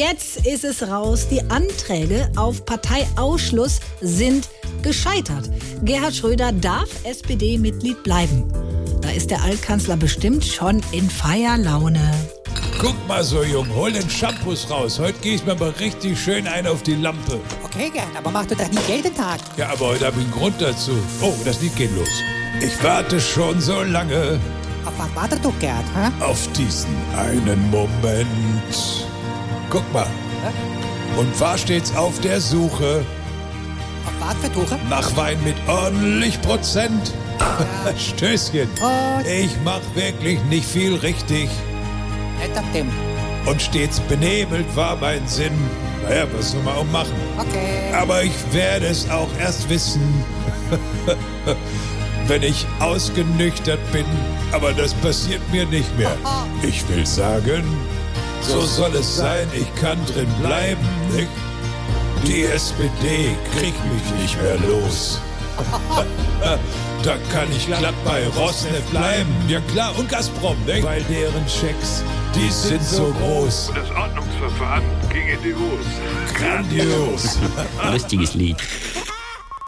Jetzt ist es raus, die Anträge auf Parteiausschluss sind gescheitert. Gerhard Schröder darf SPD-Mitglied bleiben. Da ist der Altkanzler bestimmt schon in Feierlaune. Guck mal so, Jung, hol den Shampoos raus. Heute gehe ich mir mal richtig schön ein auf die Lampe. Okay, nou, gern, aber mach du das nicht jeden Tag. Ja, aber heute habe ich einen Grund dazu. Oh, das Lied geht los. Ich warte schon so lange Auf was wartest du, Gerd? Hä? auf diesen einen Moment. Guck mal. Und war stets auf der Suche Auf was für Tuche? nach Wein mit ordentlich Prozent. Stößchen. Prost. Ich mach wirklich nicht viel richtig. Nicht auf dem. Und stets benebelt war mein Sinn. Naja, was soll man auch machen? Okay. Aber ich werde es auch erst wissen, wenn ich ausgenüchtert bin. Aber das passiert mir nicht mehr. Ich will sagen, so soll es sein, ich kann drin bleiben. Ich, die SPD kriegt mich nicht mehr los. Da kann ich glatt bei Rosneft bleiben. Ja klar, und Gazprom, ne? Weil deren Schecks, die sind so groß. Das Ordnungsverfahren ging in die Hose. Grandios. Lustiges Lied.